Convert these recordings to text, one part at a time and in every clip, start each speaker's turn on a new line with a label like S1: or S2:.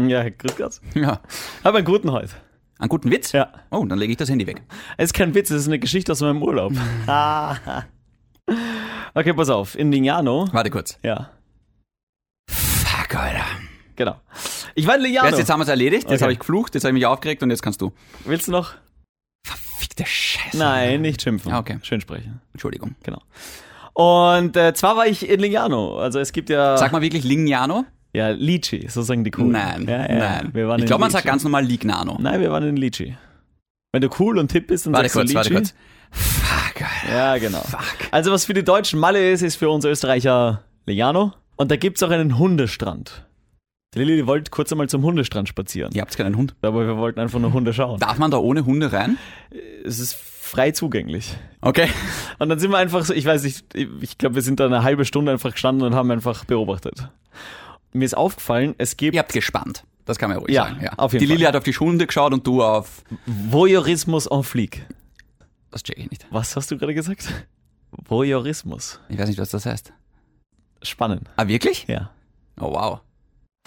S1: Ja, grüß Gott.
S2: Ja.
S1: Hab einen guten heute.
S2: Einen guten Witz?
S1: Ja.
S2: Oh, dann lege ich das Handy weg.
S1: Es ist kein Witz, es ist eine Geschichte aus meinem Urlaub. Ah. okay, pass auf. In Lignano.
S2: Warte kurz.
S1: Ja,
S2: Fuck, Alter.
S1: genau. Ich war in Lignano.
S2: Erst jetzt haben wir es erledigt, jetzt
S1: Okay.
S2: habe ich geflucht, jetzt habe ich mich aufgeregt und jetzt kannst du.
S1: Willst du noch?
S2: Verfickte Scheiße.
S1: Nein, nicht schimpfen.
S2: Ja, Ah, okay.
S1: Schön sprechen.
S2: Entschuldigung.
S1: Genau. Und äh, zwar war ich in Lignano. Also es gibt ja.
S2: Sag mal wirklich Lignano?
S1: Ja, Lici, so sagen die Coolen.
S2: Nein,
S1: ja, ja,
S2: nein.
S1: Wir waren
S2: ich
S1: in
S2: glaube, man sagt
S1: Lici.
S2: ganz normal Lignano.
S1: Nein, wir waren in Lici. Wenn du cool und hip bist, dann
S2: Warte
S1: sagst
S2: kurz,
S1: du
S2: warte
S1: Lici.
S2: kurz. Fuck, Alter.
S1: Ja, genau.
S2: Fuck.
S1: Also was für die Deutschen Malle ist, ist für uns Österreicher Lignano. Und da gibt's auch einen Hundestrand. Die Lilly die wollte kurz einmal zum Hundestrand spazieren.
S2: Ihr habt keinen Hund.
S1: Aber wir wollten einfach nur Hunde schauen.
S2: Darf man da ohne Hunde rein?
S1: Es ist frei zugänglich.
S2: Okay.
S1: Und dann sind wir einfach so, ich weiß nicht, ich glaube, wir sind da eine halbe Stunde einfach gestanden und haben einfach beobachtet. Mir ist aufgefallen, es gibt
S2: Ihr habt gespannt. Das kann man ja ruhig
S1: Ja,
S2: sagen. Ja.
S1: auf jeden
S2: die
S1: Fall.
S2: Lilly hat auf die Hunde geschaut und du auf.
S1: Voyeurismus en Flieg.
S2: Das check ich nicht.
S1: Was hast du gerade gesagt? Voyeurismus.
S2: Ich weiß nicht, was das heißt.
S1: Spannend.
S2: Ah, wirklich?
S1: Ja.
S2: Oh, wow.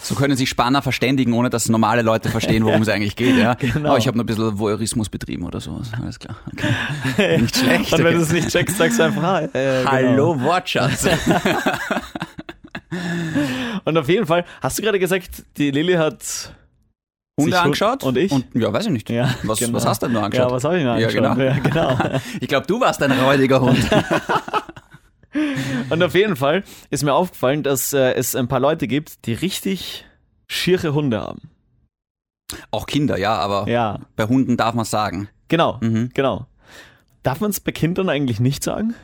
S2: So können sich Spanner verständigen, ohne dass normale Leute verstehen, worum es eigentlich geht. Ja?
S1: Genau.
S2: Oh, ich habe nur ein bisschen Voyeurismus betrieben oder sowas. Alles klar. Okay. Nicht schlecht.
S1: Und wenn
S2: Okay.
S1: du es nicht checkst, sagst du einfach ah, äh, genau.
S2: Hallo Wortschatz.
S1: genau. Und auf jeden Fall, hast du gerade gesagt, die Lilly hat.
S2: Hunde
S1: Sich Hund-
S2: angeschaut?
S1: und ich?
S2: Und, ja, weiß ich nicht.
S1: Ja,
S2: was,
S1: genau.
S2: was hast du denn nur angeschaut?
S1: Ja, was habe ich denn
S2: Ja,
S1: angeschaut?
S2: genau.
S1: Ja, genau.
S2: Ich glaube, du warst ein räudiger Hund.
S1: genau. Und auf jeden Fall ist mir aufgefallen, dass äh, es ein paar Leute gibt, die richtig schiere Hunde haben.
S2: Auch Kinder, ja, aber
S1: Ja,
S2: bei Hunden darf man sagen.
S1: genau,
S2: Oh. Mhm.
S1: genau. Darf man es bei Kindern eigentlich nicht sagen?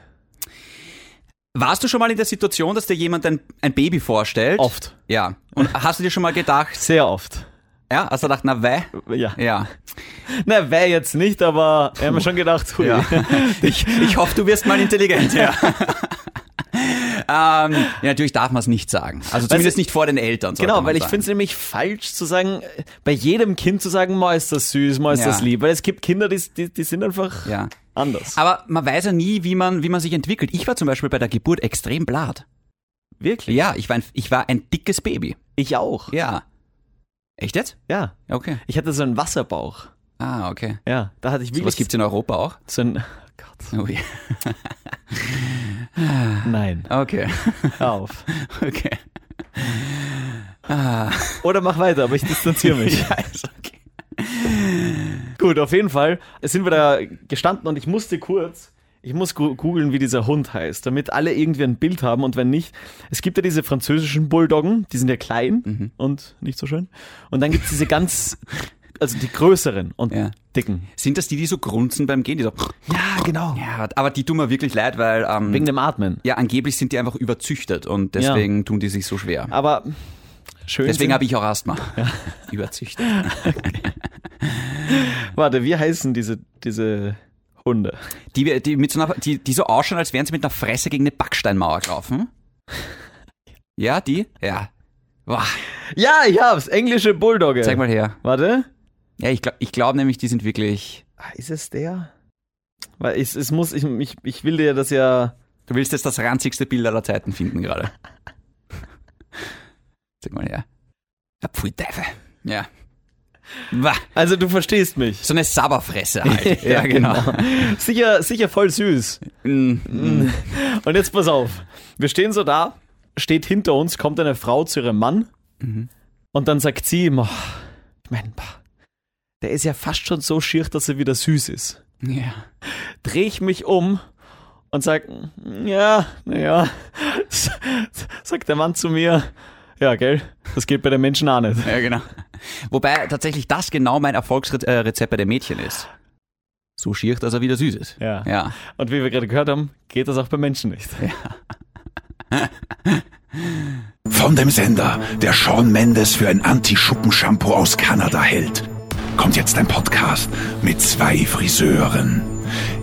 S2: Warst du schon mal in der Situation, dass dir jemand ein, ein Baby vorstellt?
S1: Oft.
S2: Ja. Und hast du dir schon mal gedacht,
S1: Sehr oft.
S2: ja, hast du gedacht, na weh?
S1: Ja.
S2: Ja.
S1: Na, wer jetzt nicht, aber wir haben schon gedacht, hui.
S2: Ja. Ich, ich hoffe, du wirst mal intelligent, ja. ähm, ja, natürlich darf man es nicht sagen. Also zumindest nicht vor den Eltern. sollte
S1: Genau,
S2: man
S1: weil ich
S2: sagen.
S1: finde es nämlich falsch zu sagen, äh, bei jedem Kind zu sagen, ma ist das süß, ma ist
S2: Ja.
S1: das lieb. Weil es gibt Kinder, die, die, die sind einfach
S2: Ja.
S1: anders.
S2: Aber man weiß ja nie, wie man, wie man sich entwickelt. Ich war zum Beispiel bei der Geburt extrem blatt.
S1: Wirklich?
S2: Ja, ich war ein, ich war ein dickes Baby.
S1: Ich auch.
S2: Ja. Echt jetzt?
S1: Ja.
S2: Ja, Okay.
S1: Ich hatte so einen Wasserbauch.
S2: Ah, okay.
S1: Ja, da hatte ich
S2: Was
S1: wirklich
S2: gibt's in Europa auch?
S1: so einen... Oh Gott,
S2: Ui.
S1: nein,
S2: Okay.
S1: hör auf.
S2: Okay.
S1: Oder mach weiter, aber ich distanziere mich.
S2: Ja, ist okay.
S1: Gut, auf jeden Fall sind wir da gestanden und ich musste kurz, ich muss gu- googeln, wie dieser Hund heißt, damit alle irgendwie ein Bild haben und wenn nicht, es gibt ja diese französischen Bulldoggen, die sind ja klein und nicht so schön. Und dann gibt es diese ganz, also die größeren und
S2: Ja.
S1: dicken.
S2: Sind das die, die so grunzen beim Gehen? Die so
S1: Ja, genau.
S2: ja, aber die tun mir wirklich leid, weil ähm,
S1: Wegen dem Atmen.
S2: ja, angeblich sind die einfach überzüchtet und deswegen tun die sich so schwer.
S1: Aber schön.
S2: Deswegen
S1: sind-
S2: habe ich auch Asthma. Überzüchtet.
S1: Warte, wie heißen diese, diese Hunde?
S2: Die, die, mit so einer, die, die so ausschauen, als wären sie mit einer Fresse gegen eine Backsteinmauer gelaufen. Ja, die? Ja. Boah,
S1: Ja, ich hab's. Englische Bulldogge.
S2: zeig mal her.
S1: Warte.
S2: Ja, ich glaube ich glaub nämlich, die sind wirklich.
S1: Ah, Ist es der? Weil es, es muss, ich, ich, ich will dir das ja.
S2: Du willst jetzt das ranzigste Bild aller Zeiten finden gerade. Zeig mal her. Ja, Pfui Teufel. Ja. Wah,
S1: Also du verstehst mich.
S2: so eine Sabberfresse halt. ja, genau.
S1: Sicher, sicher voll süß.
S2: Mm, mm.
S1: Und jetzt pass auf. Wir stehen so da, steht hinter uns, kommt eine Frau zu ihrem Mann Mhm. und dann sagt sie ihm, "Oh, ich meine, der ist ja fast schon so schier, dass er wieder süß ist.
S2: Ja.
S1: Dreh ich mich um und sag, ja, naja, sagt der Mann zu mir, ja, gell, das geht bei den Menschen auch nicht.
S2: ja, genau. Wobei tatsächlich das genau mein Erfolgsrezept bei den Mädchen ist. So schier, dass er wieder süß ist.
S1: Ja.
S2: Ja.
S1: Und wie wir gerade gehört haben, geht das auch bei Menschen nicht.
S3: Von dem Sender, der Sean Mendes für ein Anti-Schuppen-Shampoo aus Kanada hält, kommt jetzt ein Podcast mit zwei Friseuren.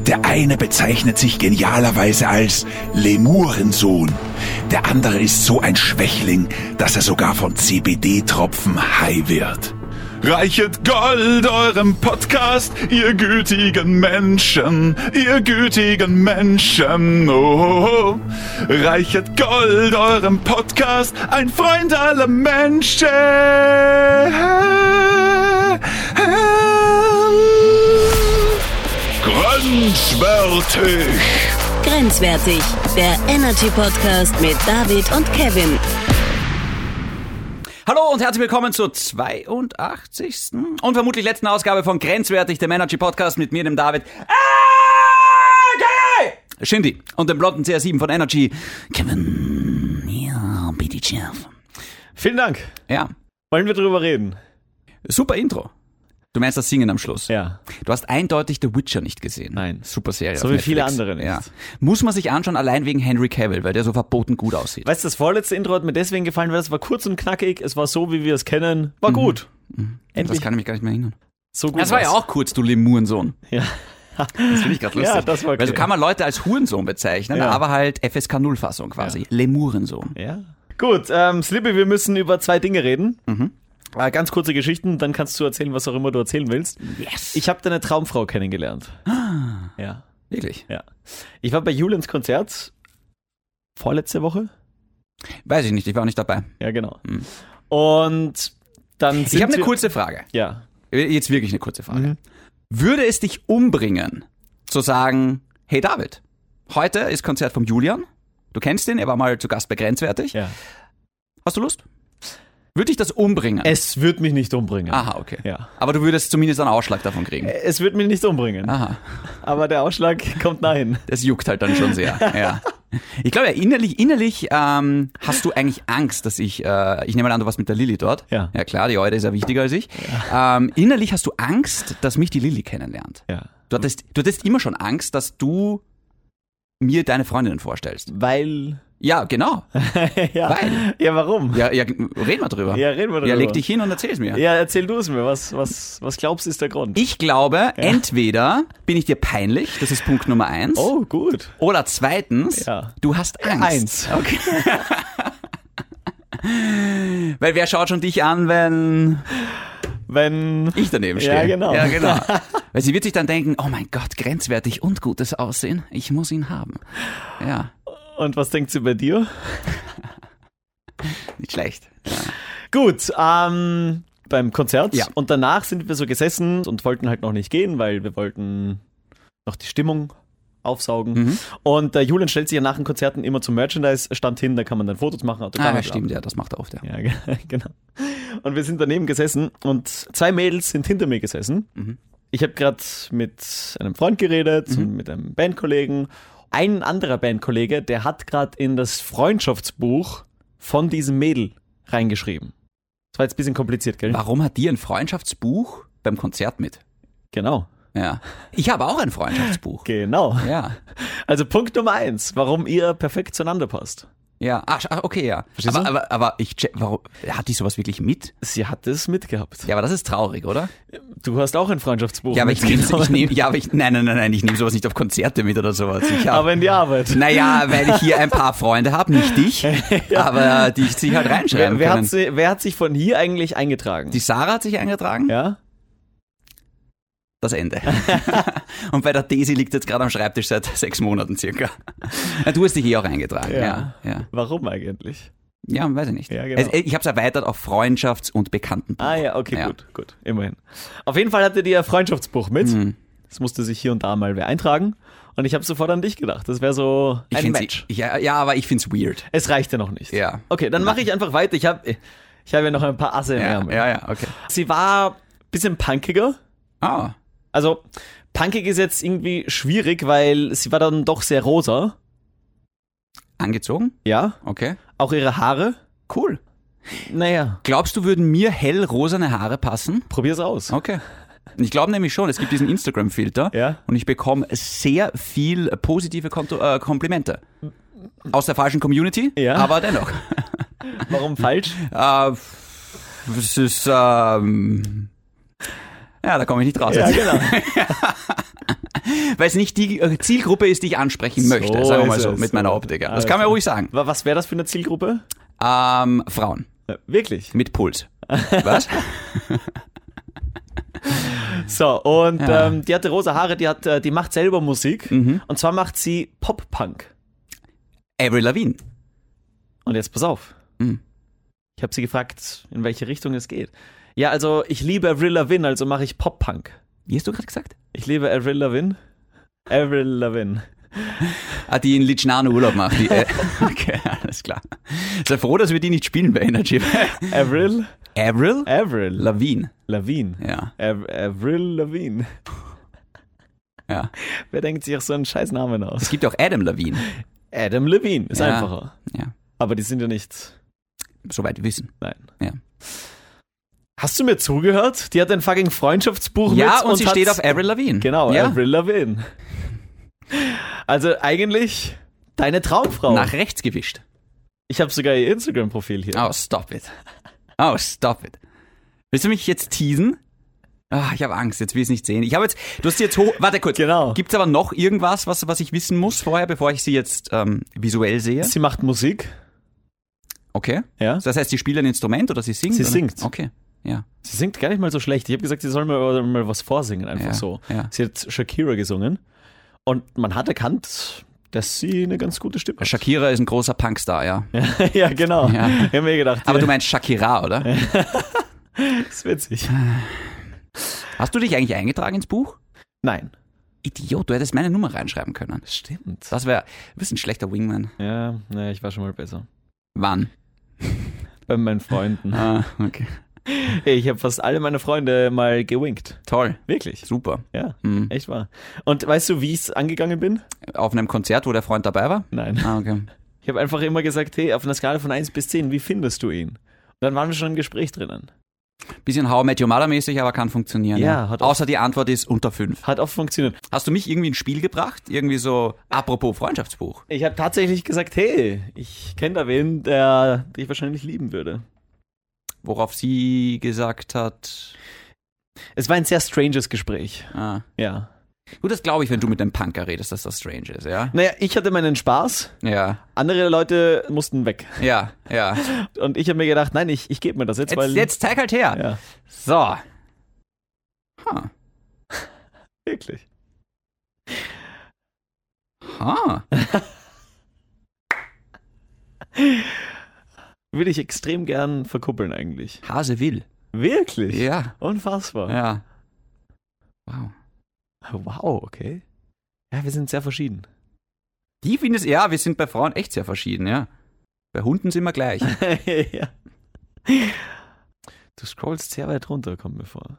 S3: Der eine bezeichnet sich genialerweise als Lemurensohn. Der andere ist so ein Schwächling, dass er sogar von CBD-Tropfen high wird. Reichet Gold eurem Podcast, ihr gütigen Menschen, ihr gütigen Menschen, oh. Reichet Gold eurem Podcast, ein Freund aller Menschen. Grenzwertig.
S4: Grenzwertig, der Energy Podcast mit David und Kevin.
S2: Hallo und herzlich willkommen zur 82. und vermutlich letzten Ausgabe von Grenzwertig, dem Energy Podcast mit mir, dem David. AG! Shindy und dem blonden CR7 von Energy. Kevin. Ja, bitte, Chef.
S1: Vielen Dank.
S2: Ja,
S1: Wollen wir drüber reden?
S2: super Intro. Du meinst das Singen am Schluss?
S1: Ja.
S2: Du hast eindeutig The Witcher nicht gesehen.
S1: Nein.
S2: Super Serie.
S1: So
S2: auf
S1: wie viele
S2: Netflix.
S1: andere nicht.
S2: Ja. Muss man sich anschauen, allein wegen Henry Cavill, weil der so verboten gut aussieht.
S1: Weißt du, das vorletzte Intro hat mir deswegen gefallen, weil es war kurz und knackig, es war so, wie wir es kennen. War gut.
S2: das
S1: Endlich
S2: kann ich mich gar nicht mehr erinnern.
S1: so gut.
S2: Mhm. Das war ja
S1: war's.
S2: auch kurz, du Lemurensohn.
S1: Ja.
S2: Das finde ich gerade lustig.
S1: Ja, das war
S2: Weil so
S1: okay.
S2: kann man Leute als Hurensohn bezeichnen,
S1: Ja.
S2: aber halt FSK null fassung quasi. Lemurensohn.
S1: Ja. Gut, ähm, Slippy, wir müssen über zwei Dinge reden.
S2: Mhm.
S1: Äh, ganz kurze Geschichten, dann kannst du erzählen, was auch immer du erzählen willst.
S2: Yes. Ah.
S1: Ich habe deine Traumfrau kennengelernt. Ja,
S2: Wirklich.
S1: ja. Ich war bei Julens Konzert vorletzte Woche.
S2: Weiß ich nicht, ich war nicht dabei.
S1: Ja, genau.
S2: Mhm.
S1: Und dann sind
S2: ich habe eine
S1: wir-
S2: kurze Frage.
S1: Ja.
S2: Jetzt wirklich eine kurze Frage.
S1: Mhm.
S2: Würde es dich umbringen, zu sagen, hey David, heute ist Konzert vom Julian. Du kennst ihn, er war mal zu Gast bei Grenzwertig.
S1: ja.
S2: Hast du Lust? Würde dich das umbringen?
S1: Es wird mich nicht umbringen.
S2: Aha, okay.
S1: Ja. Äh.
S2: Aber du würdest zumindest einen Ausschlag davon kriegen.
S1: Es wird mich nicht umbringen,
S2: Aha.
S1: aber der Ausschlag kommt dahin.
S2: Das juckt halt dann schon sehr. ja. Ich glaube ja, innerlich, innerlich ähm, hast du eigentlich Angst, dass ich, äh, ich nehme mal an, du warst mit der Lilly dort.
S1: Ja.
S2: Ja klar, die Eude ist ja wichtiger als ich. Ähm, innerlich hast du Angst, dass mich die Lilly kennenlernt.
S1: Ja.
S2: Du hattest, du hattest immer schon Angst, dass du mir deine Freundinnen vorstellst.
S1: Weil.
S2: Ja, genau.
S1: ja.
S2: Weil.
S1: Ja, warum?
S2: Ja, ja reden wir drüber.
S1: Ja, reden wir
S2: Ja,
S1: drüber.
S2: leg dich hin und erzähl's mir.
S1: Ja, erzähl du es mir. Was, was, was glaubst du, ist der Grund?
S2: Ich glaube, entweder bin ich dir peinlich, das ist Punkt Nummer eins.
S1: oh, gut.
S2: Oder zweitens,
S1: Ja.
S2: du hast Angst.
S1: Eins. Okay.
S2: Weil wer schaut schon dich an, wenn
S1: Wenn.
S2: ich daneben stehe?
S1: Ja, genau.
S2: Ja, genau. Weil sie wird sich dann denken, oh mein Gott, grenzwertig und gutes Aussehen, ich muss ihn haben. Ja,
S1: Und was denkt sie bei dir?
S2: nicht schlecht.
S1: Gut, ähm, beim Konzert.
S2: Ja.
S1: Und danach sind wir so gesessen und wollten halt noch nicht gehen, weil wir wollten noch die Stimmung aufsaugen.
S2: Mhm.
S1: Und der Julian stellt sich ja nach den Konzerten immer zum Merchandise-Stand hin, da kann man dann Fotos machen.
S2: Ah,
S1: Autogramme
S2: ja, stimmt, ja, das macht er oft, ja.
S1: Ja, ge- genau. Und wir sind daneben gesessen und zwei Mädels sind hinter mir gesessen.
S2: Mhm.
S1: Ich habe gerade mit einem Freund geredet und mit einem Bandkollegen. Ein anderer Bandkollege, der hat gerade in das Freundschaftsbuch von diesem Mädel reingeschrieben. Das war jetzt ein bisschen kompliziert, gell?
S2: Warum hat die ein Freundschaftsbuch beim Konzert mit?
S1: Genau.
S2: Ja. Ich habe auch ein Freundschaftsbuch.
S1: Genau.
S2: Ja,
S1: Also Punkt Nummer eins, warum ihr perfekt zueinander passt.
S2: ja. Ach, ach, okay, ja.
S1: Verstehst
S2: Aber,
S1: du?
S2: aber, aber ich check, warum, hat die sowas wirklich mit?
S1: Sie hat es mitgehabt.
S2: Ja, aber das ist traurig, oder?
S1: Du hast auch ein Freundschaftsbuch
S2: Ja, aber ich, nehm's- ich
S1: mitgenommen.
S2: nehme, ja, aber ich, nein, nein, nein, nein, ich nehme sowas nicht auf Konzerte mit oder sowas. Ich hab,
S1: Aber in die Arbeit.
S2: Naja, weil ich hier ein paar Freunde habe, nicht dich, aber die ich sich halt reinschreiben
S1: Wer, wer, hat,
S2: können.
S1: sie- wer hat sich von hier eigentlich eingetragen?
S2: Die Sarah hat sich eingetragen,
S1: ja?
S2: das Ende. Und bei der Daisy liegt jetzt gerade am Schreibtisch seit sechs Monaten circa. Na, Du hast dich eh auch eingetragen, ja.
S1: Ja.
S2: Ja,
S1: Warum eigentlich?
S2: ja. weiß ich nicht.
S1: Ja, genau.
S2: Es- ich habe es erweitert auf Freundschafts- und Bekanntenbuch.
S1: Ah ja, okay,
S2: Ja.
S1: gut, gut, immerhin. Auf jeden Fall hatte die ihr Freundschaftsbuch mit.
S2: Mhm.
S1: Es musste sich hier und da mal wer eintragen. Und ich habe sofort an dich gedacht. Das wäre so
S2: Ich
S1: ein
S2: find's-
S1: Match.
S2: Ja, ja, aber ich find's weird.
S1: Es reichte noch nicht.
S2: Ja.
S1: Okay, dann mache ich einfach weiter. Ich habe ich hab ja noch ein paar Asse im
S2: Ja,
S1: Ärmel.
S2: ja, ja, okay.
S1: Sie war ein bisschen punkiger.
S2: Ah,
S1: Also, punkig ist jetzt irgendwie schwierig, weil sie war dann doch sehr rosa.
S2: angezogen?
S1: Ja.
S2: Okay.
S1: Auch ihre Haare.
S2: Cool.
S1: Naja,
S2: Glaubst du, würden mir hellrosane Haare passen?
S1: probier's aus.
S2: Okay. Ich glaube nämlich schon, es gibt diesen Instagram-Filter
S1: Ja.
S2: und ich bekomme sehr viel positive Konto, äh, Komplimente. Aus der falschen Community,
S1: Ja.
S2: aber dennoch.
S1: Warum falsch?
S2: Äh, es ist, ähm, ja, da komme ich nicht raus.
S1: ja,
S2: jetzt.
S1: genau.
S2: Weil es nicht die äh, Zielgruppe ist, die ich ansprechen möchte,
S1: So
S2: sagen wir mal
S1: ist
S2: so,
S1: es.
S2: mit meiner Optik. Ja. Das
S1: Alles
S2: kann man
S1: klar.
S2: ruhig sagen.
S1: Wa- Was wäre das für eine Zielgruppe?
S2: Ähm, Frauen
S1: Äh, Wirklich.
S2: mit Puls. Was?
S1: So, und
S2: Ja. Mhm.
S1: ähm, die hatte rosa Haare, die, hat, äh, die macht selber Musik. Und zwar macht sie Pop-Punk.
S2: Avril Lavigne.
S1: Und jetzt pass auf.
S2: Mhm.
S1: Ich habe sie gefragt, in welche Richtung es geht. Ja, also ich liebe Avril Lavigne, also mache ich Pop-Punk.
S2: Wie hast du gerade gesagt?
S1: Ich liebe Avril Lavigne. Avril Lavigne.
S2: Ah, die in Lichnano Urlaub macht. Die, äh, okay, alles klar. Sei froh, dass wir die nicht spielen bei Energy.
S1: Avril?
S2: Avril?
S1: Avril
S2: Lawine.
S1: Lavigne.
S2: Ja,
S1: Av Avril Lavigne.
S2: ja.
S1: Wer denkt sich auch so einen scheiß Namen
S2: Es
S1: aus?
S2: gibt auch Adam Lawine.
S1: Adam Levine ist
S2: Ja.
S1: einfacher.
S2: Ja,
S1: Aber die sind ja nicht.
S2: soweit wir wissen.
S1: Nein.
S2: Ja.
S1: Hast du mir zugehört? Die hat ein fucking Freundschaftsbuch
S2: Ja,
S1: mit
S2: und, sie
S1: hat-
S2: steht auf Avril Lawine.
S1: Genau,
S2: ja.
S1: Avril Lavigne. Also eigentlich deine Traumfrau.
S2: Nach rechts gewischt.
S1: Ich habe sogar ihr Instagram-Profil hier.
S2: Oh, stop it. Oh, stop it. Willst du mich jetzt teasen? Ah, ich habe Angst, jetzt will ich es nicht sehen. Ich habe jetzt, du hast sie jetzt hoch, warte kurz.
S1: Genau.
S2: Gibt es aber noch irgendwas, was, was ich wissen muss vorher, bevor ich sie jetzt ähm, visuell sehe?
S1: Sie macht Musik.
S2: Okay.
S1: Ja.
S2: Das heißt, sie spielt ein Instrument oder sie singt?
S1: Sie
S2: oder?
S1: singt.
S2: Okay, ja.
S1: Sie singt gar nicht mal so schlecht. Ich habe gesagt, sie soll mir mal was vorsingen, einfach
S2: Ja,
S1: so.
S2: ja.
S1: Sie hat Shakira gesungen und man hat erkannt, dass sie eine ganz gute Stimme hat.
S2: Shakira ist ein großer Punkstar, ja.
S1: ja, genau.
S2: Ja.
S1: Ich habe mir gedacht,
S2: Aber du meinst Shakira, oder?
S1: das ist witzig.
S2: Hast du dich eigentlich eingetragen ins Buch?
S1: Nein.
S2: Idiot, du hättest meine Nummer reinschreiben können.
S1: Stimmt.
S2: Das wäre, du bist ein schlechter Wingman.
S1: Ja, naja, ich war schon mal besser.
S2: Wann?
S1: Bei meinen Freunden.
S2: Ah, okay.
S1: Ich habe fast alle meine Freunde mal gewinkt.
S2: Toll,
S1: Wirklich.
S2: super.
S1: Ja,
S2: Mhm.
S1: echt wahr. Und weißt du, wie ich es angegangen bin?
S2: Auf einem Konzert, wo der Freund dabei war?
S1: Nein.
S2: Ah, okay.
S1: Ich habe einfach immer gesagt, hey, auf einer Skala von 1 bis 10, wie findest du ihn? Und dann waren wir schon im Gespräch drinnen.
S2: Bisschen How I Met Your Mother mäßig, aber kann funktionieren.
S1: Ja, hat auch-
S2: Außer die Antwort ist unter fünf.
S1: Hat oft funktioniert.
S2: Hast du mich irgendwie ins Spiel gebracht? Irgendwie so, apropos Freundschaftsbuch.
S1: Ich habe tatsächlich gesagt, hey, ich kenne da wen, der dich wahrscheinlich lieben würde.
S2: Worauf sie gesagt hat.
S1: Es war ein sehr stranges Gespräch.
S2: Ah.
S1: Ja.
S2: Gut, das glaube ich, wenn du mit einem Punker redest, dass das strange ist, ja?
S1: Naja, ich hatte meinen Spaß,
S2: Ja,
S1: andere Leute mussten weg.
S2: ja, ja.
S1: Und ich habe mir gedacht, nein, ich, ich gebe mir das jetzt,
S2: Jetzt,
S1: weil.
S2: jetzt zeig halt her. So.
S1: Ja,
S2: Huh.
S1: wirklich.
S2: Huh.
S1: Würde ich extrem gern verkuppeln eigentlich.
S2: Hase will.
S1: Wirklich?
S2: Ja,
S1: Unfassbar.
S2: ja. Wow.
S1: Wow, okay. Ja, wir sind sehr verschieden.
S2: Die findest, ja, wir sind bei Frauen echt sehr verschieden, ja. Bei Hunden sind wir gleich.
S1: ja. Du scrollst sehr weit runter, kommt mir vor.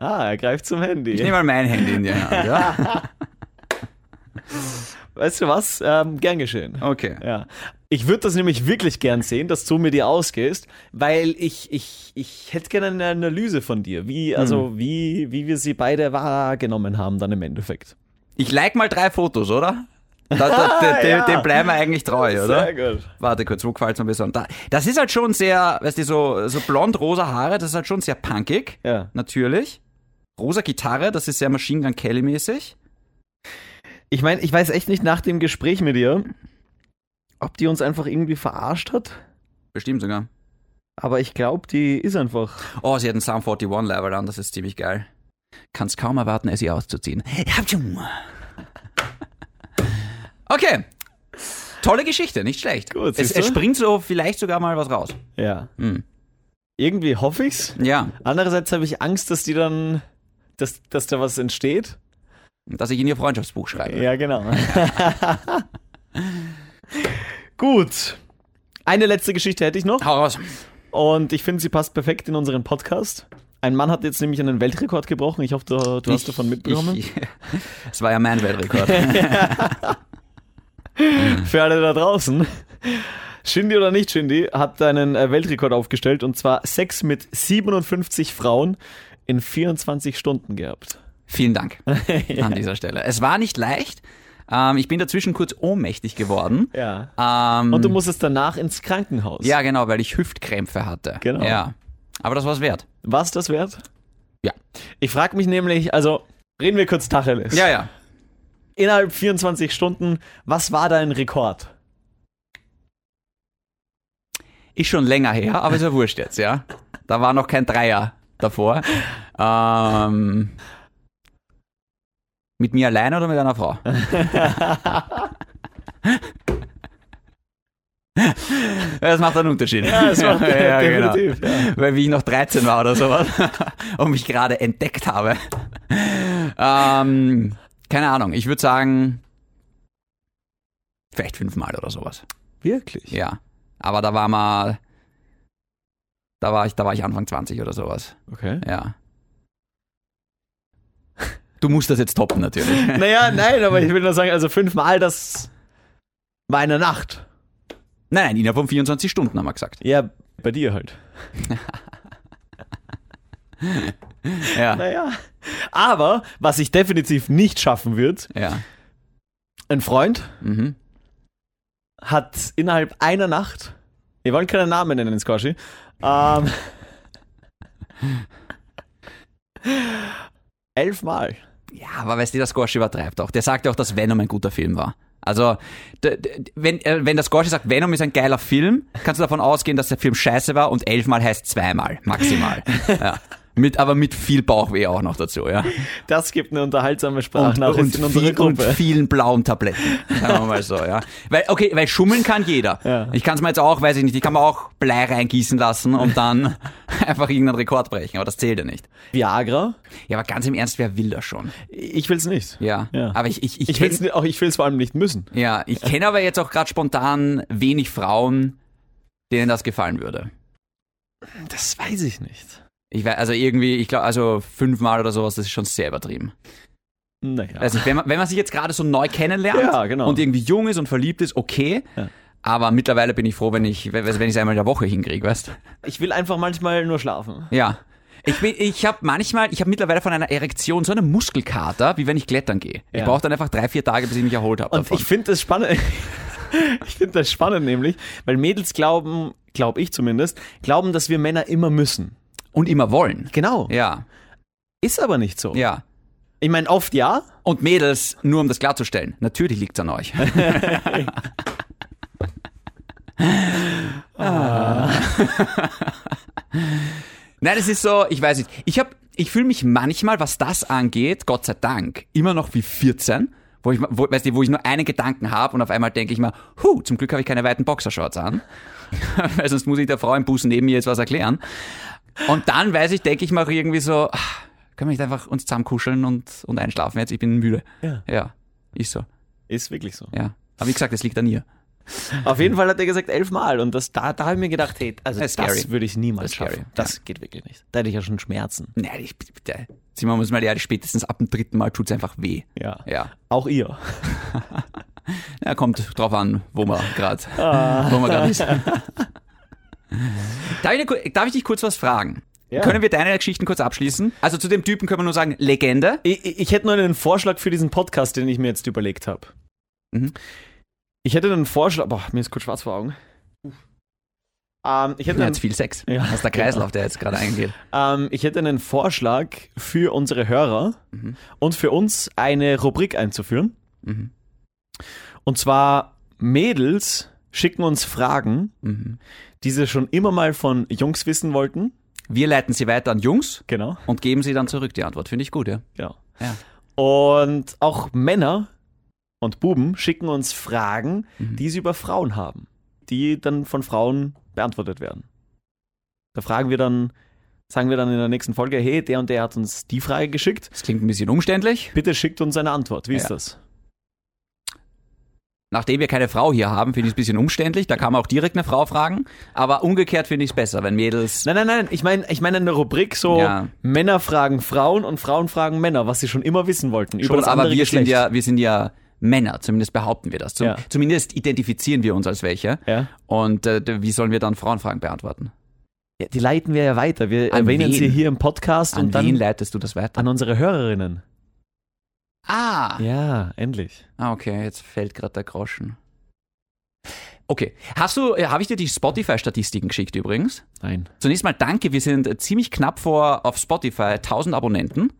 S1: Ah, er greift zum Handy.
S2: Ich nehme mal mein Handy in die Hand, ja?
S1: weißt du was? Ähm, gern geschehen.
S2: Okay.
S1: Ja. Ich würde das nämlich wirklich gern sehen, dass du mit dir ausgehst, weil ich, ich, ich hätte gerne eine Analyse von dir, wie, also wie, wie wir sie beide wahrgenommen haben dann im Endeffekt.
S2: Ich like mal drei Fotos, oder? Da, da, de, de,
S1: Ja.
S2: Dem bleiben wir eigentlich treu, oder?
S1: Sehr gut.
S2: Warte kurz, wo gefällt es mir besonders? Da- Das ist halt schon sehr, weißt du, so, so blond-rosa Haare, das ist halt schon sehr punkig,
S1: Ja.
S2: natürlich. Rosa Gitarre, das ist sehr Machine Gun Kelly-mäßig.
S1: Ich meine, ich weiß echt nicht nach dem Gespräch mit dir, ob die uns einfach irgendwie verarscht hat,
S2: Bestimmt sogar.
S1: aber ich glaube, die ist einfach.
S2: Oh, sie hat einen Sam 41 Level an, das ist ziemlich geil. Kannst kaum erwarten, es ihr auszuziehen. Habtschum. Okay. Tolle Geschichte, nicht schlecht.
S1: Gut,
S2: es,
S1: siehst du?
S2: es springt so vielleicht sogar mal was raus.
S1: Ja.
S2: Hm.
S1: Irgendwie hoffe ich's.
S2: Ja,
S1: Andererseits habe ich Angst, dass die dann, dass, dass da was entsteht.
S2: dass ich in ihr Freundschaftsbuch schreibe.
S1: Ja, genau. Gut. Eine letzte Geschichte hätte ich noch
S2: Hau raus.
S1: und ich finde, sie passt perfekt in unseren Podcast. Ein Mann hat jetzt nämlich einen Weltrekord gebrochen. Ich hoffe, du, du hast davon mitbekommen.
S2: Ich- Es war ja mein Weltrekord.
S1: Für alle da draußen. Shindy oder nicht Shindy hat einen äh, Weltrekord aufgestellt und zwar Sex mit 57 Frauen in 24 Stunden gehabt.
S2: Vielen Dank an dieser Stelle. Es war nicht leicht. Ähm, ich bin dazwischen kurz ohnmächtig geworden.
S1: Ja.
S2: Ähm,
S1: Und du musstest danach ins Krankenhaus.
S2: ja, genau, weil ich Hüftkrämpfe hatte.
S1: Genau.
S2: Ja. Aber das war's wert.
S1: War es das wert?
S2: Ja.
S1: Ich frage mich nämlich, also reden wir kurz Tacheles.
S2: Ja, ja.
S1: Innerhalb 24 Stunden, was war dein Rekord?
S2: Ist schon länger her, aber ist ja wurscht jetzt, ja. Da war noch kein Dreier davor. Ähm, mit mir allein oder mit einer Frau? Das macht einen Unterschied. Ja, genau.
S1: das macht- definitiv, ja.
S2: Weil wie ich noch 13 war oder sowas und mich gerade entdeckt habe. Ähm, Keine Ahnung, ich würde sagen, vielleicht fünfmal oder sowas.
S1: Wirklich?
S2: Ja. Aber da war mal, da war ich, da war ich Anfang 20 oder sowas.
S1: Okay.
S2: Ja. Du musst das jetzt toppen natürlich.
S1: Naja, nein, aber ich will nur sagen, also fünfmal, das war eine Nacht.
S2: Nein, nein, innerhalb von 24 Stunden haben wir gesagt.
S1: Ja, bei dir halt.
S2: Ja,
S1: Naja. Aber, was ich definitiv nicht schaffen wird,
S2: ja.
S1: ein Freund
S2: Mhm.
S1: hat innerhalb einer Nacht, wir wollen keinen Namen nennen, Skoshi, ähm, elfmal.
S2: Ja, aber weißt du, der Scorch übertreibt auch. Der sagt ja auch, dass Venom ein guter Film war. Also, d- d- wenn, äh, wenn der Scorch sagt, Venom ist ein geiler Film, kannst du davon ausgehen, dass der Film scheiße war und elfmal heißt zweimal, maximal. ja. mit, aber mit viel Bauchweh auch noch dazu, ja.
S1: Das gibt eine unterhaltsame
S2: Und, und,
S1: Sprachnachricht in unserer
S2: viel, und
S1: Gruppe.
S2: vielen blauen Tabletten, sagen wir mal so, ja. Weil, okay, weil schummeln kann jeder.
S1: Ja.
S2: Ich kann es mir jetzt auch, weiß ich nicht, ich kann mir auch Blei reingießen lassen und dann einfach irgendeinen Rekord brechen, aber das zählt ja nicht.
S1: Viagra?
S2: Ja, aber ganz im Ernst, wer will das schon?
S1: Ich will's nicht.
S2: Ja,
S1: Ja.
S2: aber ich, ich, ich,
S1: Ich
S2: kenn-
S1: will's, ni- auch ich will's vor allem nicht müssen.
S2: Ja, ich kenne aber jetzt auch gerade spontan wenig Frauen, denen das gefallen würde.
S1: Das weiß ich nicht.
S2: Ich weiß, also irgendwie, ich glaube, also fünfmal oder sowas, das ist schon sehr übertrieben.
S1: Naja.
S2: Also wenn man, wenn man sich jetzt gerade so neu kennenlernt
S1: Ja, genau.
S2: und irgendwie jung ist und verliebt ist, okay.
S1: Ja.
S2: Aber mittlerweile bin ich froh, wenn ich wenn ich es einmal in der Woche hinkriege, weißt?
S1: ich will einfach manchmal nur schlafen.
S2: Ja. Ich bin, ich habe manchmal, ich habe mittlerweile von einer Erektion so eine Muskelkater, wie wenn ich klettern gehe. Ich
S1: Ja.
S2: brauche dann einfach drei, vier Tage, bis ich mich erholt habe
S1: Und
S2: davon.
S1: ich finde das spannend. ich finde das spannend nämlich, weil Mädels glauben, glaube ich zumindest, glauben, dass wir Männer immer müssen.
S2: und immer wollen.
S1: Genau.
S2: Ja,
S1: Ist aber nicht so.
S2: ja.
S1: Ich meine, oft ja.
S2: Und Mädels, nur um das klarzustellen, natürlich liegt's an euch. Nein, es Ah. ist so, ich weiß nicht. Ich habe, ich fühle mich manchmal, was das angeht, Gott sei Dank, immer noch wie 14, wo ich, wo, weißt du, wo ich nur einen Gedanken habe und auf einmal denke ich mir, huh, zum Glück habe ich keine weiten Boxershorts an, weil sonst muss ich der Frau im Bus neben mir jetzt was erklären. Und dann weiß ich, denke ich mir auch irgendwie so, ah, können wir nicht einfach uns zusammenkuscheln und, und einschlafen jetzt? Ich bin müde.
S1: Ja.
S2: Ja, ist so.
S1: Ist wirklich so.
S2: Ja. Aber wie gesagt, es liegt an ihr.
S1: Auf jeden Fall hat er gesagt elfmal. Und das, da, da habe ich mir gedacht, hey, also
S2: Das ist
S1: das,
S2: scary.
S1: würde ich
S2: Das
S1: niemals
S2: ist
S1: schaffen.
S2: scary,
S1: Das geht wirklich nicht. Da hätte ich ja schon Schmerzen.
S2: Nein, ich, bitte. Sind wir uns mal ehrlich, spätestens ab dem dritten Mal tut's einfach weh.
S1: Ja.
S2: Ja.
S1: Auch ihr.
S2: Ja, kommt drauf an, wo man gerade
S1: Ah.
S2: wo man grad ist. darf, ich, dir ku- darf ich dich kurz was fragen?
S1: Ja.
S2: Können wir deine Geschichten kurz abschließen? Also zu dem Typen können wir nur sagen, Legende.
S1: Ich, ich- ich hätte nur einen Vorschlag für diesen Podcast, den ich mir jetzt überlegt habe.
S2: Mhm.
S1: Ich hätte einen Vorschlag. Boah, mir ist kurz schwarz vor Augen. Ähm, ich, hätte
S2: Der
S1: einen,
S2: hat viel Sex.
S1: Ja.
S2: Das ist der Kreislauf, der jetzt gerade eingeht.
S1: ähm, ich hätte einen Vorschlag für unsere Hörer
S2: Mhm.
S1: und für uns eine Rubrik einzuführen.
S2: Mhm.
S1: Und zwar Mädels schicken uns Fragen,
S2: Mhm.
S1: die sie schon immer mal von Jungs wissen wollten.
S2: Wir leiten sie weiter an Jungs
S1: Genau.
S2: und geben sie dann zurück die Antwort. Finde ich gut, ja.
S1: genau.
S2: Ja.
S1: Und auch Männer und Buben schicken uns Fragen,
S2: Mhm.
S1: die sie über Frauen haben, die dann von Frauen beantwortet werden. Da fragen wir dann, sagen wir dann in der nächsten Folge, hey, der und der hat uns die Frage geschickt.
S2: Das klingt ein bisschen umständlich.
S1: Bitte schickt uns eine Antwort. Wie
S2: Ja.
S1: ist das?
S2: Nachdem wir keine Frau hier haben, finde ich es ein bisschen umständlich. Da kann man auch direkt eine Frau fragen. Aber umgekehrt finde ich es besser, wenn Mädels.
S1: Nein, nein, nein. Ich meine, ich meine eine Rubrik so
S2: Ja.
S1: Männer fragen Frauen und Frauen fragen Männer, was sie schon immer wissen wollten über
S2: Schon,
S1: das
S2: aber
S1: andere
S2: wir
S1: Geschlecht.
S2: sind ja, wir sind ja Männer, zumindest behaupten wir das. Zum,
S1: Ja.
S2: Zumindest identifizieren wir uns als welche.
S1: Ja.
S2: Und äh, d- wie sollen wir dann Frauenfragen beantworten?
S1: ja, die leiten wir ja weiter. Wir
S2: An
S1: erwähnen
S2: wen?
S1: sie hier im Podcast
S2: An
S1: und dann
S2: wen leitest du das weiter?
S1: an unsere Hörerinnen.
S2: ah,
S1: Ja, endlich.
S2: ah, okay, jetzt fällt gerade der Groschen. Okay, hast du, äh, habe ich dir die Spotify-Statistiken geschickt übrigens?
S1: Nein.
S2: Zunächst mal danke, wir sind äh, ziemlich knapp vor auf Spotify 1000 Abonnenten,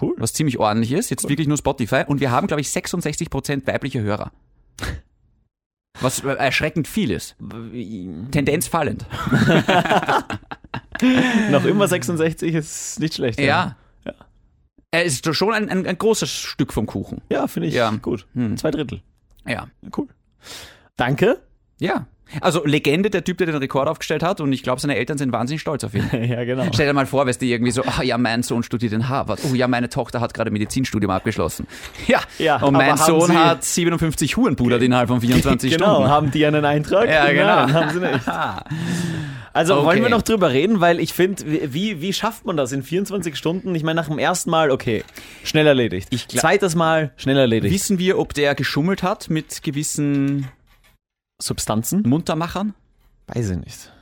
S1: Cool.
S2: was ziemlich ordentlich ist. Jetzt wirklich nur Spotify und wir haben, glaube ich, 66% weibliche Hörer. Was äh, erschreckend viel ist. Tendenz fallend.
S1: Noch immer 66 ist nicht schlecht.
S2: Ja. Er ist schon ein, ein, ein großes Stück vom Kuchen.
S1: Ja, finde ich
S2: Ja.
S1: gut.
S2: Hm.
S1: Zwei Drittel.
S2: Ja.
S1: Cool. Danke.
S2: Ja. Also Legende, der Typ, der den Rekord aufgestellt hat und ich glaube, seine Eltern sind wahnsinnig stolz auf ihn.
S1: Ja, genau.
S2: Stell dir mal vor, weißt du, irgendwie so, ah ja, mein Sohn studiert in Harvard. Oh ja, meine Tochter hat gerade Medizinstudium abgeschlossen. Ja,
S1: Ja,
S2: und
S1: aber
S2: mein
S1: haben
S2: Sohn
S1: Sie-
S2: hat 57 Hurenbudert innerhalb von 24
S1: genau,
S2: Stunden.
S1: haben die einen Eintrag?
S2: Ja, genau.
S1: Nein, haben sie nicht. Also
S2: Okay.
S1: wollen wir noch drüber reden, weil ich finde, wie, wie schafft man das in 24 Stunden? Ich meine, nach dem ersten Mal, okay, schnell erledigt.
S2: Ich glaub-
S1: Zweites Mal, schnell erledigt.
S2: Wissen wir, ob der geschummelt hat mit gewissen
S1: Substanzen?
S2: Muntermachern?
S1: Weiß ich nicht.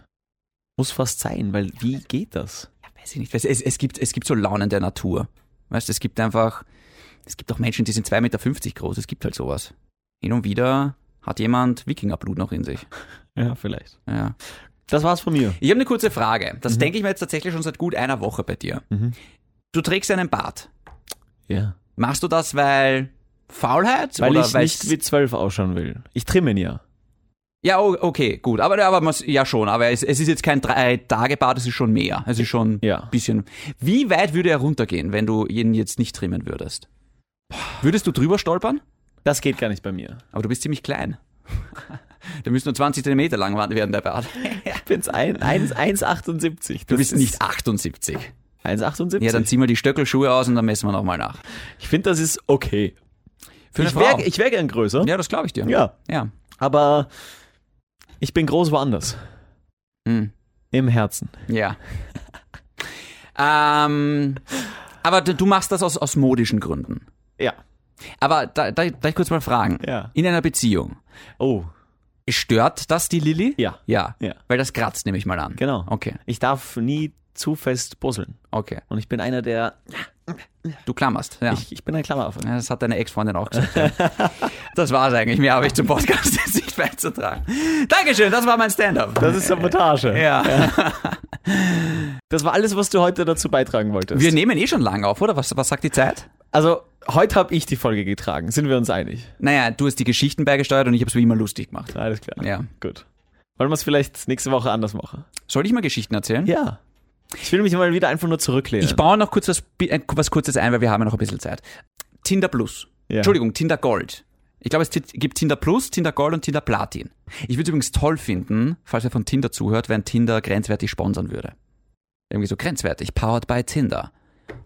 S1: Muss fast sein, weil wie geht das?
S2: Weiß ich nicht. Weißt du, Es, es, gibt, es gibt so Launen der Natur. Weißt du, es gibt einfach, es gibt auch Menschen, die sind 2,50 Meter groß. Es gibt halt sowas. Hin und wieder hat jemand Wikingerblut noch in sich.
S1: Ja, vielleicht.
S2: Ja.
S1: Das war's von mir.
S2: Ich habe eine kurze Frage. Das
S1: Mhm.
S2: denke ich mir jetzt tatsächlich schon seit gut einer Woche bei dir. Du trägst einen Bart.
S1: Ja.
S2: Machst du das, weil Faulheit?
S1: Weil
S2: oder
S1: ich nicht wie 12 ausschauen will. Ich trimme ihn ja.
S2: Ja, o- okay, gut. Aber, aber man- ja schon. Aber es, es ist jetzt kein Drei-Tage-Bart, es ist schon mehr. Es ist schon
S1: Ja.
S2: ein bisschen. Wie weit würde er runtergehen, wenn du ihn jetzt nicht trimmen würdest? Würdest du drüber stolpern?
S1: Das geht gar nicht bei mir.
S2: Aber du bist ziemlich klein. Der müsste nur 20 Zentimeter lang werden, der Bart.
S1: Ich bin's ein- eins- 1,78.
S2: Du bist nicht 78.
S1: 1,78.
S2: Ja, dann zieh mal die Stöckelschuhe aus und dann messen wir nochmal nach.
S1: ich finde, das ist okay.
S2: Für eine
S1: ich
S2: Frau.
S1: wäre ich wär gern größer.
S2: ja, das glaube ich dir.
S1: Ja.
S2: Ja.
S1: Aber ich bin groß woanders. Hm.
S2: Mhm.
S1: Im Herzen.
S2: Ja. ähm, aber du du machst das aus, aus modischen Gründen.
S1: Ja.
S2: Aber da, da, darf ich kurz mal fragen.
S1: Ja.
S2: In einer Beziehung.
S1: Oh,
S2: Stört das die Lilly?
S1: ja.
S2: Ja.
S1: Ja.
S2: Weil das kratzt, nehme ich mal an.
S1: Genau.
S2: Okay,
S1: Ich darf nie zu fest puzzeln.
S2: okay.
S1: Und ich bin einer, der.
S2: Du klammerst. Ja.
S1: Ich, ich bin ein Klammeraffe.
S2: Ja, das hat deine Ex-Freundin auch gesagt. Ja. Das war's eigentlich. Mehr habe ich zum Podcast jetzt nicht beizutragen. Dankeschön, das war mein Stand-up.
S1: Das ist Sabotage.
S2: Ja.
S1: Das war alles, was du heute dazu beitragen wolltest.
S2: Wir nehmen eh schon lang auf, oder? Was, was sagt die Zeit?
S1: also, heute habe ich die Folge getragen. Sind wir uns einig?
S2: Naja, du hast die Geschichten beigesteuert und ich habe es wie immer lustig gemacht.
S1: Alles klar.
S2: Ja.
S1: Gut. Wollen wir es vielleicht nächste Woche anders machen?
S2: Soll ich mal Geschichten erzählen?
S1: Ja. Ich will mich mal wieder einfach nur zurücklehnen.
S2: Ich baue noch kurz was, bi- äh, was Kurzes ein, weil wir haben ja noch ein bisschen Zeit. Tinder Plus.
S1: Ja.
S2: Entschuldigung, Tinder Gold. Ich glaube, es ti- gibt Tinder Plus, Tinder Gold und Tinder Platin. Ich würde es übrigens toll finden, falls er von Tinder zuhört, wenn Tinder grenzwertig sponsern würde. Irgendwie so grenzwertig, powered by Tinder.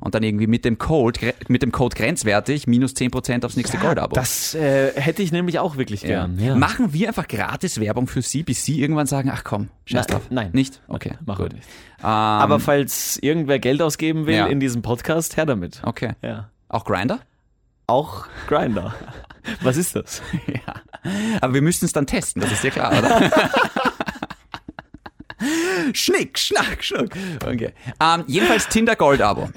S2: Und dann irgendwie mit dem Code, gre- mit dem Code grenzwertig minus 10% aufs nächste Gold-Abo.
S1: das äh, hätte ich nämlich auch wirklich gern. Ja.
S2: Machen wir einfach gratis Werbung für sie, bis sie irgendwann sagen, ach komm, scheiß
S1: Na-
S2: drauf.
S1: nein.
S2: Nicht? Okay,
S1: Machen wir
S2: gut.
S1: nicht.
S2: Ähm,
S1: Aber falls irgendwer Geld ausgeben will
S2: Ja.
S1: in diesem Podcast, her damit.
S2: okay.
S1: Ja.
S2: Auch Grinder?
S1: Auch Grinder. Was ist das?
S2: Aber wir müssen es dann testen, das ist ja klar, oder? Schnick, schnack, schnuck. Okay. Ähm, jedenfalls Tinder Gold-Abo.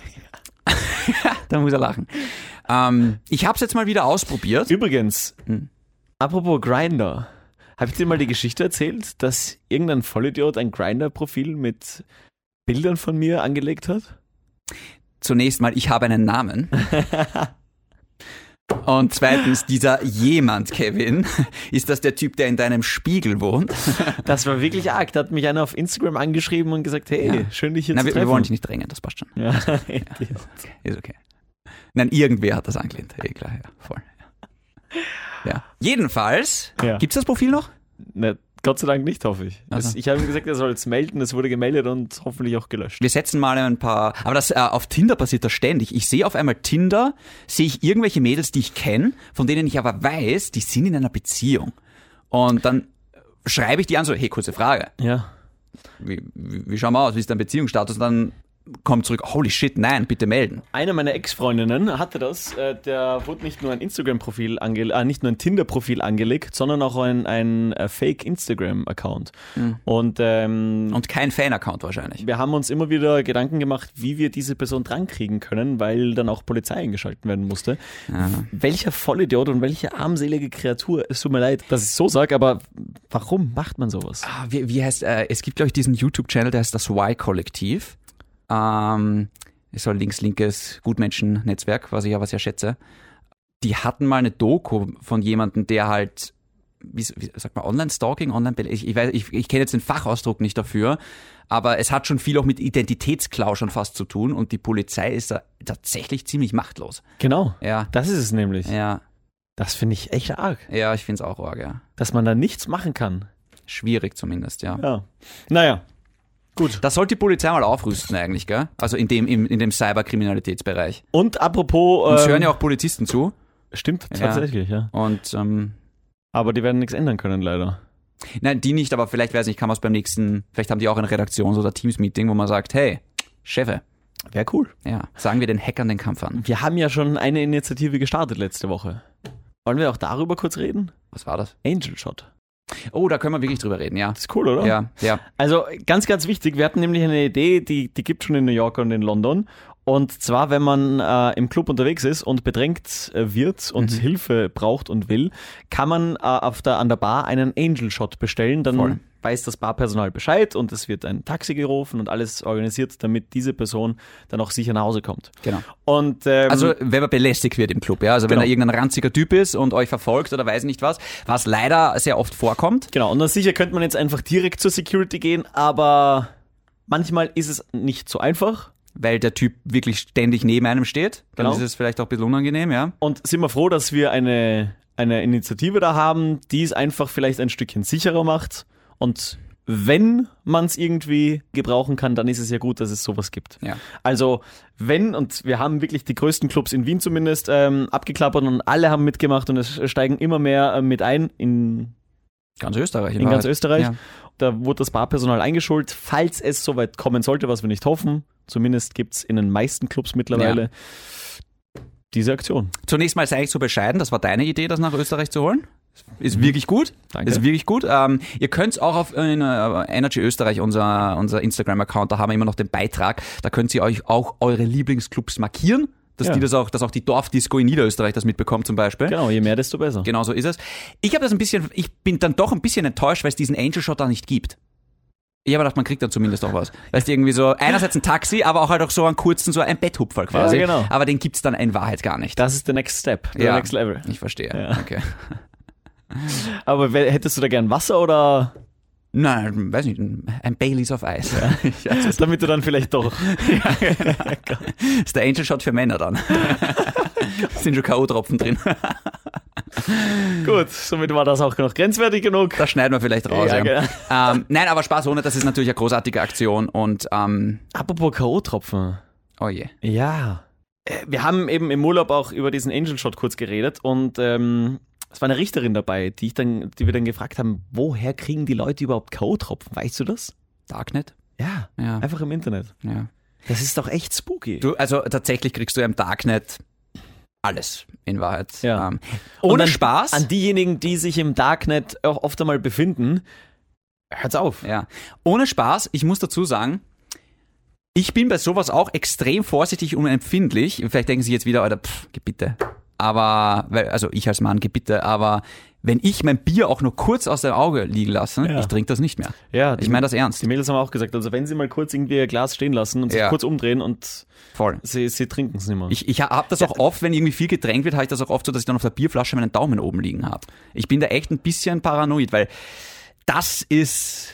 S2: da muss er lachen. Ähm, ich habe es jetzt mal wieder ausprobiert.
S1: Übrigens,
S2: Hm.
S1: apropos Grinder. Habe ich dir mal die Geschichte erzählt, dass irgendein Vollidiot ein Grinder-Profil mit Bildern von mir angelegt hat?
S2: Zunächst mal, ich habe einen Namen. Und zweitens, dieser jemand, Kevin, ist das der Typ, der in deinem Spiegel wohnt?
S1: Das war wirklich arg. Da hat mich einer auf Instagram angeschrieben und gesagt, hey,
S2: Ja.
S1: schön dich hier
S2: Na,
S1: zu
S2: wir,
S1: treffen.
S2: wir wollen dich nicht drängen, das passt schon.
S1: Ja.
S2: Ist okay. Nein, irgendwer hat das angelehnt. Eh klar, ja, voll. Ja. Jedenfalls,
S1: Ja.
S2: gibt's das Profil noch?
S1: Na, Gott sei Dank nicht, hoffe ich.
S2: Also.
S1: Es- Ich habe ihm gesagt, er soll es melden. Es wurde gemeldet und hoffentlich auch gelöscht.
S2: Wir setzen mal ein paar, aber das äh, auf Tinder passiert das ständig. Ich sehe auf einmal Tinder, sehe ich irgendwelche Mädels, die ich kenne, von denen ich aber weiß, die sind in einer Beziehung. Und dann schreibe ich die an so, hey, kurze Frage,
S1: Ja.
S2: wie, wie, wie schauen wir aus, wie ist dein Beziehungsstatus? Und dann kommt zurück, holy shit, nein, bitte melden.
S1: Eine meiner Ex-Freundinnen hatte das. Äh, der wurde nicht nur ein Instagram-Profil angelegt, äh, nicht nur ein Tinder-Profil angelegt, sondern auch ein, ein äh, Fake-Instagram-Account. Und ähm,
S2: Und kein Fan-Account wahrscheinlich.
S1: wir haben uns immer wieder Gedanken gemacht, wie wir diese Person drankriegen können, weil dann auch Polizei eingeschaltet werden musste. Welcher Vollidiot und welche armselige Kreatur, es tut mir leid, dass ich so sage, aber warum macht man sowas?
S2: Ah, wie, wie heißt, äh, es gibt, glaube ich, diesen YouTube-Channel, der heißt das Y-Kollektiv. Ähm, ist so ein links-linkes Gutmenschen-Netzwerk, was ich aber sehr schätze. Die hatten mal eine Doku von jemandem, der halt, wie, s- wie sagt man, Online-Stalking, online ich, ich, weiß- ich, ich kenne jetzt den Fachausdruck nicht dafür, aber es hat schon viel auch mit Identitätsklau schon fast zu tun und die Polizei ist da tatsächlich ziemlich machtlos.
S1: Genau.
S2: Ja,
S1: Das ist es nämlich.
S2: ja,
S1: Das finde ich echt arg,
S2: ja, ich finde es auch arg, ja.
S1: dass man da nichts machen kann.
S2: Schwierig zumindest, ja.
S1: Ja. Naja, gut.
S2: Das sollte die Polizei mal aufrüsten eigentlich, gell? Also in dem, im, in dem Cyberkriminalitätsbereich.
S1: Und apropos.
S2: Uns
S1: ähm,
S2: hören ja auch Polizisten zu
S1: Stimmt tatsächlich, ja.
S2: und ähm,
S1: Aber die werden nichts ändern können, leider.
S2: Nein, die nicht, aber vielleicht, weiß nicht, kann man es beim nächsten, vielleicht haben die auch ein Redaktions- oder Teams-Meeting, wo man sagt, hey, Chefe,
S1: Wäre cool.
S2: ja, sagen wir den Hackern den Kampf an.
S1: Wir haben ja schon eine Initiative gestartet letzte Woche. Wollen wir auch darüber kurz reden?
S2: Was war das?
S1: Angel Shot.
S2: Oh, da können wir wirklich drüber reden, ja.
S1: Das ist cool, oder?
S2: Ja, ja.
S1: Also ganz, ganz wichtig, wir hatten nämlich eine Idee, die, die gibt schon in New York und in London. Und zwar, wenn man äh, im Club unterwegs ist und bedrängt äh, wird und Hilfe braucht und will, kann man äh, auf der, an der Bar einen Angel Shot bestellen. Dann
S2: Voll.
S1: weiß das Barpersonal Bescheid und es wird ein Taxi gerufen und alles organisiert, damit diese Person dann auch sicher nach Hause kommt.
S2: Genau.
S1: Und ähm,
S2: Also, wenn man belästigt wird im Club, ja. Also,
S1: Genau.
S2: wenn da irgendein ranziger Typ ist und euch verfolgt oder weiß nicht was, was leider sehr oft vorkommt.
S1: Genau, und dann sicher könnte man jetzt einfach direkt zur Security gehen, aber manchmal ist es nicht so einfach.
S2: weil der Typ wirklich ständig neben einem steht. Dann
S1: Genau.
S2: ist es vielleicht auch ein bisschen unangenehm, ja.
S1: Und sind wir froh, dass wir eine, eine Initiative da haben, die es einfach vielleicht ein Stückchen sicherer macht. Und wenn man es irgendwie gebrauchen kann, dann ist es ja gut, dass es sowas gibt.
S2: Ja.
S1: Also wenn, und wir haben wirklich die größten Clubs in Wien zumindest ähm, abgeklappert und alle haben mitgemacht und es steigen immer mehr äh, mit ein in
S2: Ganz Österreich.
S1: in ganz
S2: Wahrheit.
S1: Österreich.
S2: Genau. Ja.
S1: Da wurde das Barpersonal eingeschult, falls es soweit kommen sollte, was wir nicht hoffen. Zumindest gibt es in den meisten Clubs mittlerweile diese Aktion.
S2: Zunächst mal sei ich so bescheiden, das war deine Idee, das nach Österreich zu holen. Ist wirklich gut.
S1: Mhm. Danke.
S2: Ist wirklich gut. Ähm, ihr könnt es auch auf äh, in, äh, Energy Österreich, unser, unser Instagram-Account, da haben wir immer noch den Beitrag. Da könnt ihr euch auch eure Lieblingsclubs markieren, dass
S1: Ja.
S2: die das auch, dass auch die Dorfdisco in Niederösterreich das mitbekommt zum Beispiel.
S1: Genau, je mehr, desto besser.
S2: Genau so ist es. Ich habe das ein bisschen, ich bin dann doch ein bisschen enttäuscht, weil es diesen Angel Shot da nicht gibt. Ich habe gedacht, man kriegt dann zumindest auch was. Weißt du, irgendwie so, einerseits ein Taxi, aber auch halt auch so einen kurzen, so ein Betthupfer quasi.
S1: Ja, genau.
S2: Aber den gibt's dann in Wahrheit gar nicht.
S1: Das ist der Next Step, der
S2: Ja.
S1: Next Level.
S2: Ich verstehe.
S1: Ja.
S2: Okay.
S1: Aber wer- hättest du da gern Wasser oder
S2: Nein, weiß nicht, ein Baileys of Ice. Ja. das
S1: damit du dann vielleicht doch. genau.
S2: ist der Angel Shot für Männer dann. Es sind schon K.O.-Tropfen drin.
S1: Gut, somit war das auch noch grenzwertig genug.
S2: Das schneiden wir vielleicht raus.
S1: Ja, genau.
S2: Ja, Ähm, nein, aber Spaß ohne, das ist natürlich eine großartige Aktion und, ähm,
S1: Apropos K.O.-Tropfen.
S2: oh je.
S1: Ja. Äh, Wir haben eben im Urlaub auch über diesen Angel Shot kurz geredet und ähm, es war eine Richterin dabei, die, ich dann, die wir dann gefragt haben, woher kriegen die Leute überhaupt K.O.-Tropfen? Weißt du das?
S2: Darknet?
S1: Ja,
S2: Ja.
S1: einfach im Internet.
S2: Ja.
S1: Das ist doch echt spooky.
S2: Du, also tatsächlich kriegst du ja im Darknet alles in Wahrheit.
S1: Ja.
S2: Ähm,
S1: Und
S2: ohne
S1: an,
S2: Spaß.
S1: An diejenigen, die sich im Darknet auch oft einmal befinden, hört's auf.
S2: ja. Ohne Spaß, ich muss dazu sagen, ich bin bei sowas auch extrem vorsichtig und empfindlich. Vielleicht denken sie jetzt wieder, Alter, pff, geh bitte. Aber, weil, also ich als Mann, geh bitte, aber wenn ich mein Bier auch nur kurz aus dem Auge liegen lasse,
S1: Ja.
S2: ich trinke das nicht mehr.
S1: Ja,
S2: Ich meine das ernst.
S1: Die Mädels haben auch gesagt, also wenn sie mal kurz irgendwie ihr Glas stehen lassen und sich
S2: Ja.
S1: kurz umdrehen und
S2: Voll.
S1: sie, sie trinken es nicht mehr.
S2: Ich, ich habe das auch oft, wenn irgendwie viel getränkt wird, habe ich das auch oft so, dass ich dann auf der Bierflasche meinen Daumen oben liegen habe. Ich bin da echt ein bisschen paranoid, weil das ist.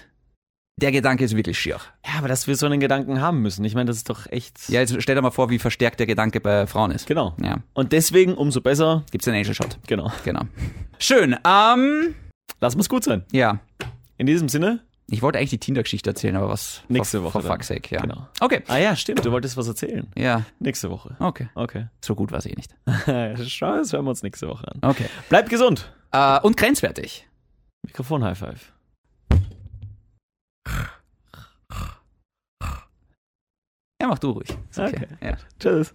S2: Der Gedanke ist wirklich schier.
S1: ja, aber dass wir so einen Gedanken haben müssen. Ich meine, das ist doch echt.
S2: Ja, jetzt stell dir mal vor, wie verstärkt der Gedanke bei Frauen ist.
S1: Genau.
S2: Ja,
S1: Und deswegen umso besser.
S2: gibt's den Angel Shot.
S1: Genau.
S2: Genau. Schön. Ähm,
S1: Lassen wir es gut sein.
S2: ja.
S1: In diesem Sinne.
S2: Ich wollte eigentlich die Tinder-Geschichte erzählen, aber was?
S1: Nächste
S2: for-
S1: Woche
S2: For
S1: dann.
S2: fuck's sake, ja.
S1: Genau.
S2: Okay.
S1: Ah ja, stimmt. Du wolltest was erzählen.
S2: Ja,
S1: Nächste Woche.
S2: okay.
S1: Okay.
S2: So gut war eh nicht.
S1: Schau, das hören wir uns nächste Woche an.
S2: Okay.
S1: Bleibt gesund.
S2: Äh, und grenzwertig.
S1: Mikrofon High Five.
S2: Ja, mach du ruhig. Ist okay.
S1: Okay.
S2: Ja.
S1: Tschüss.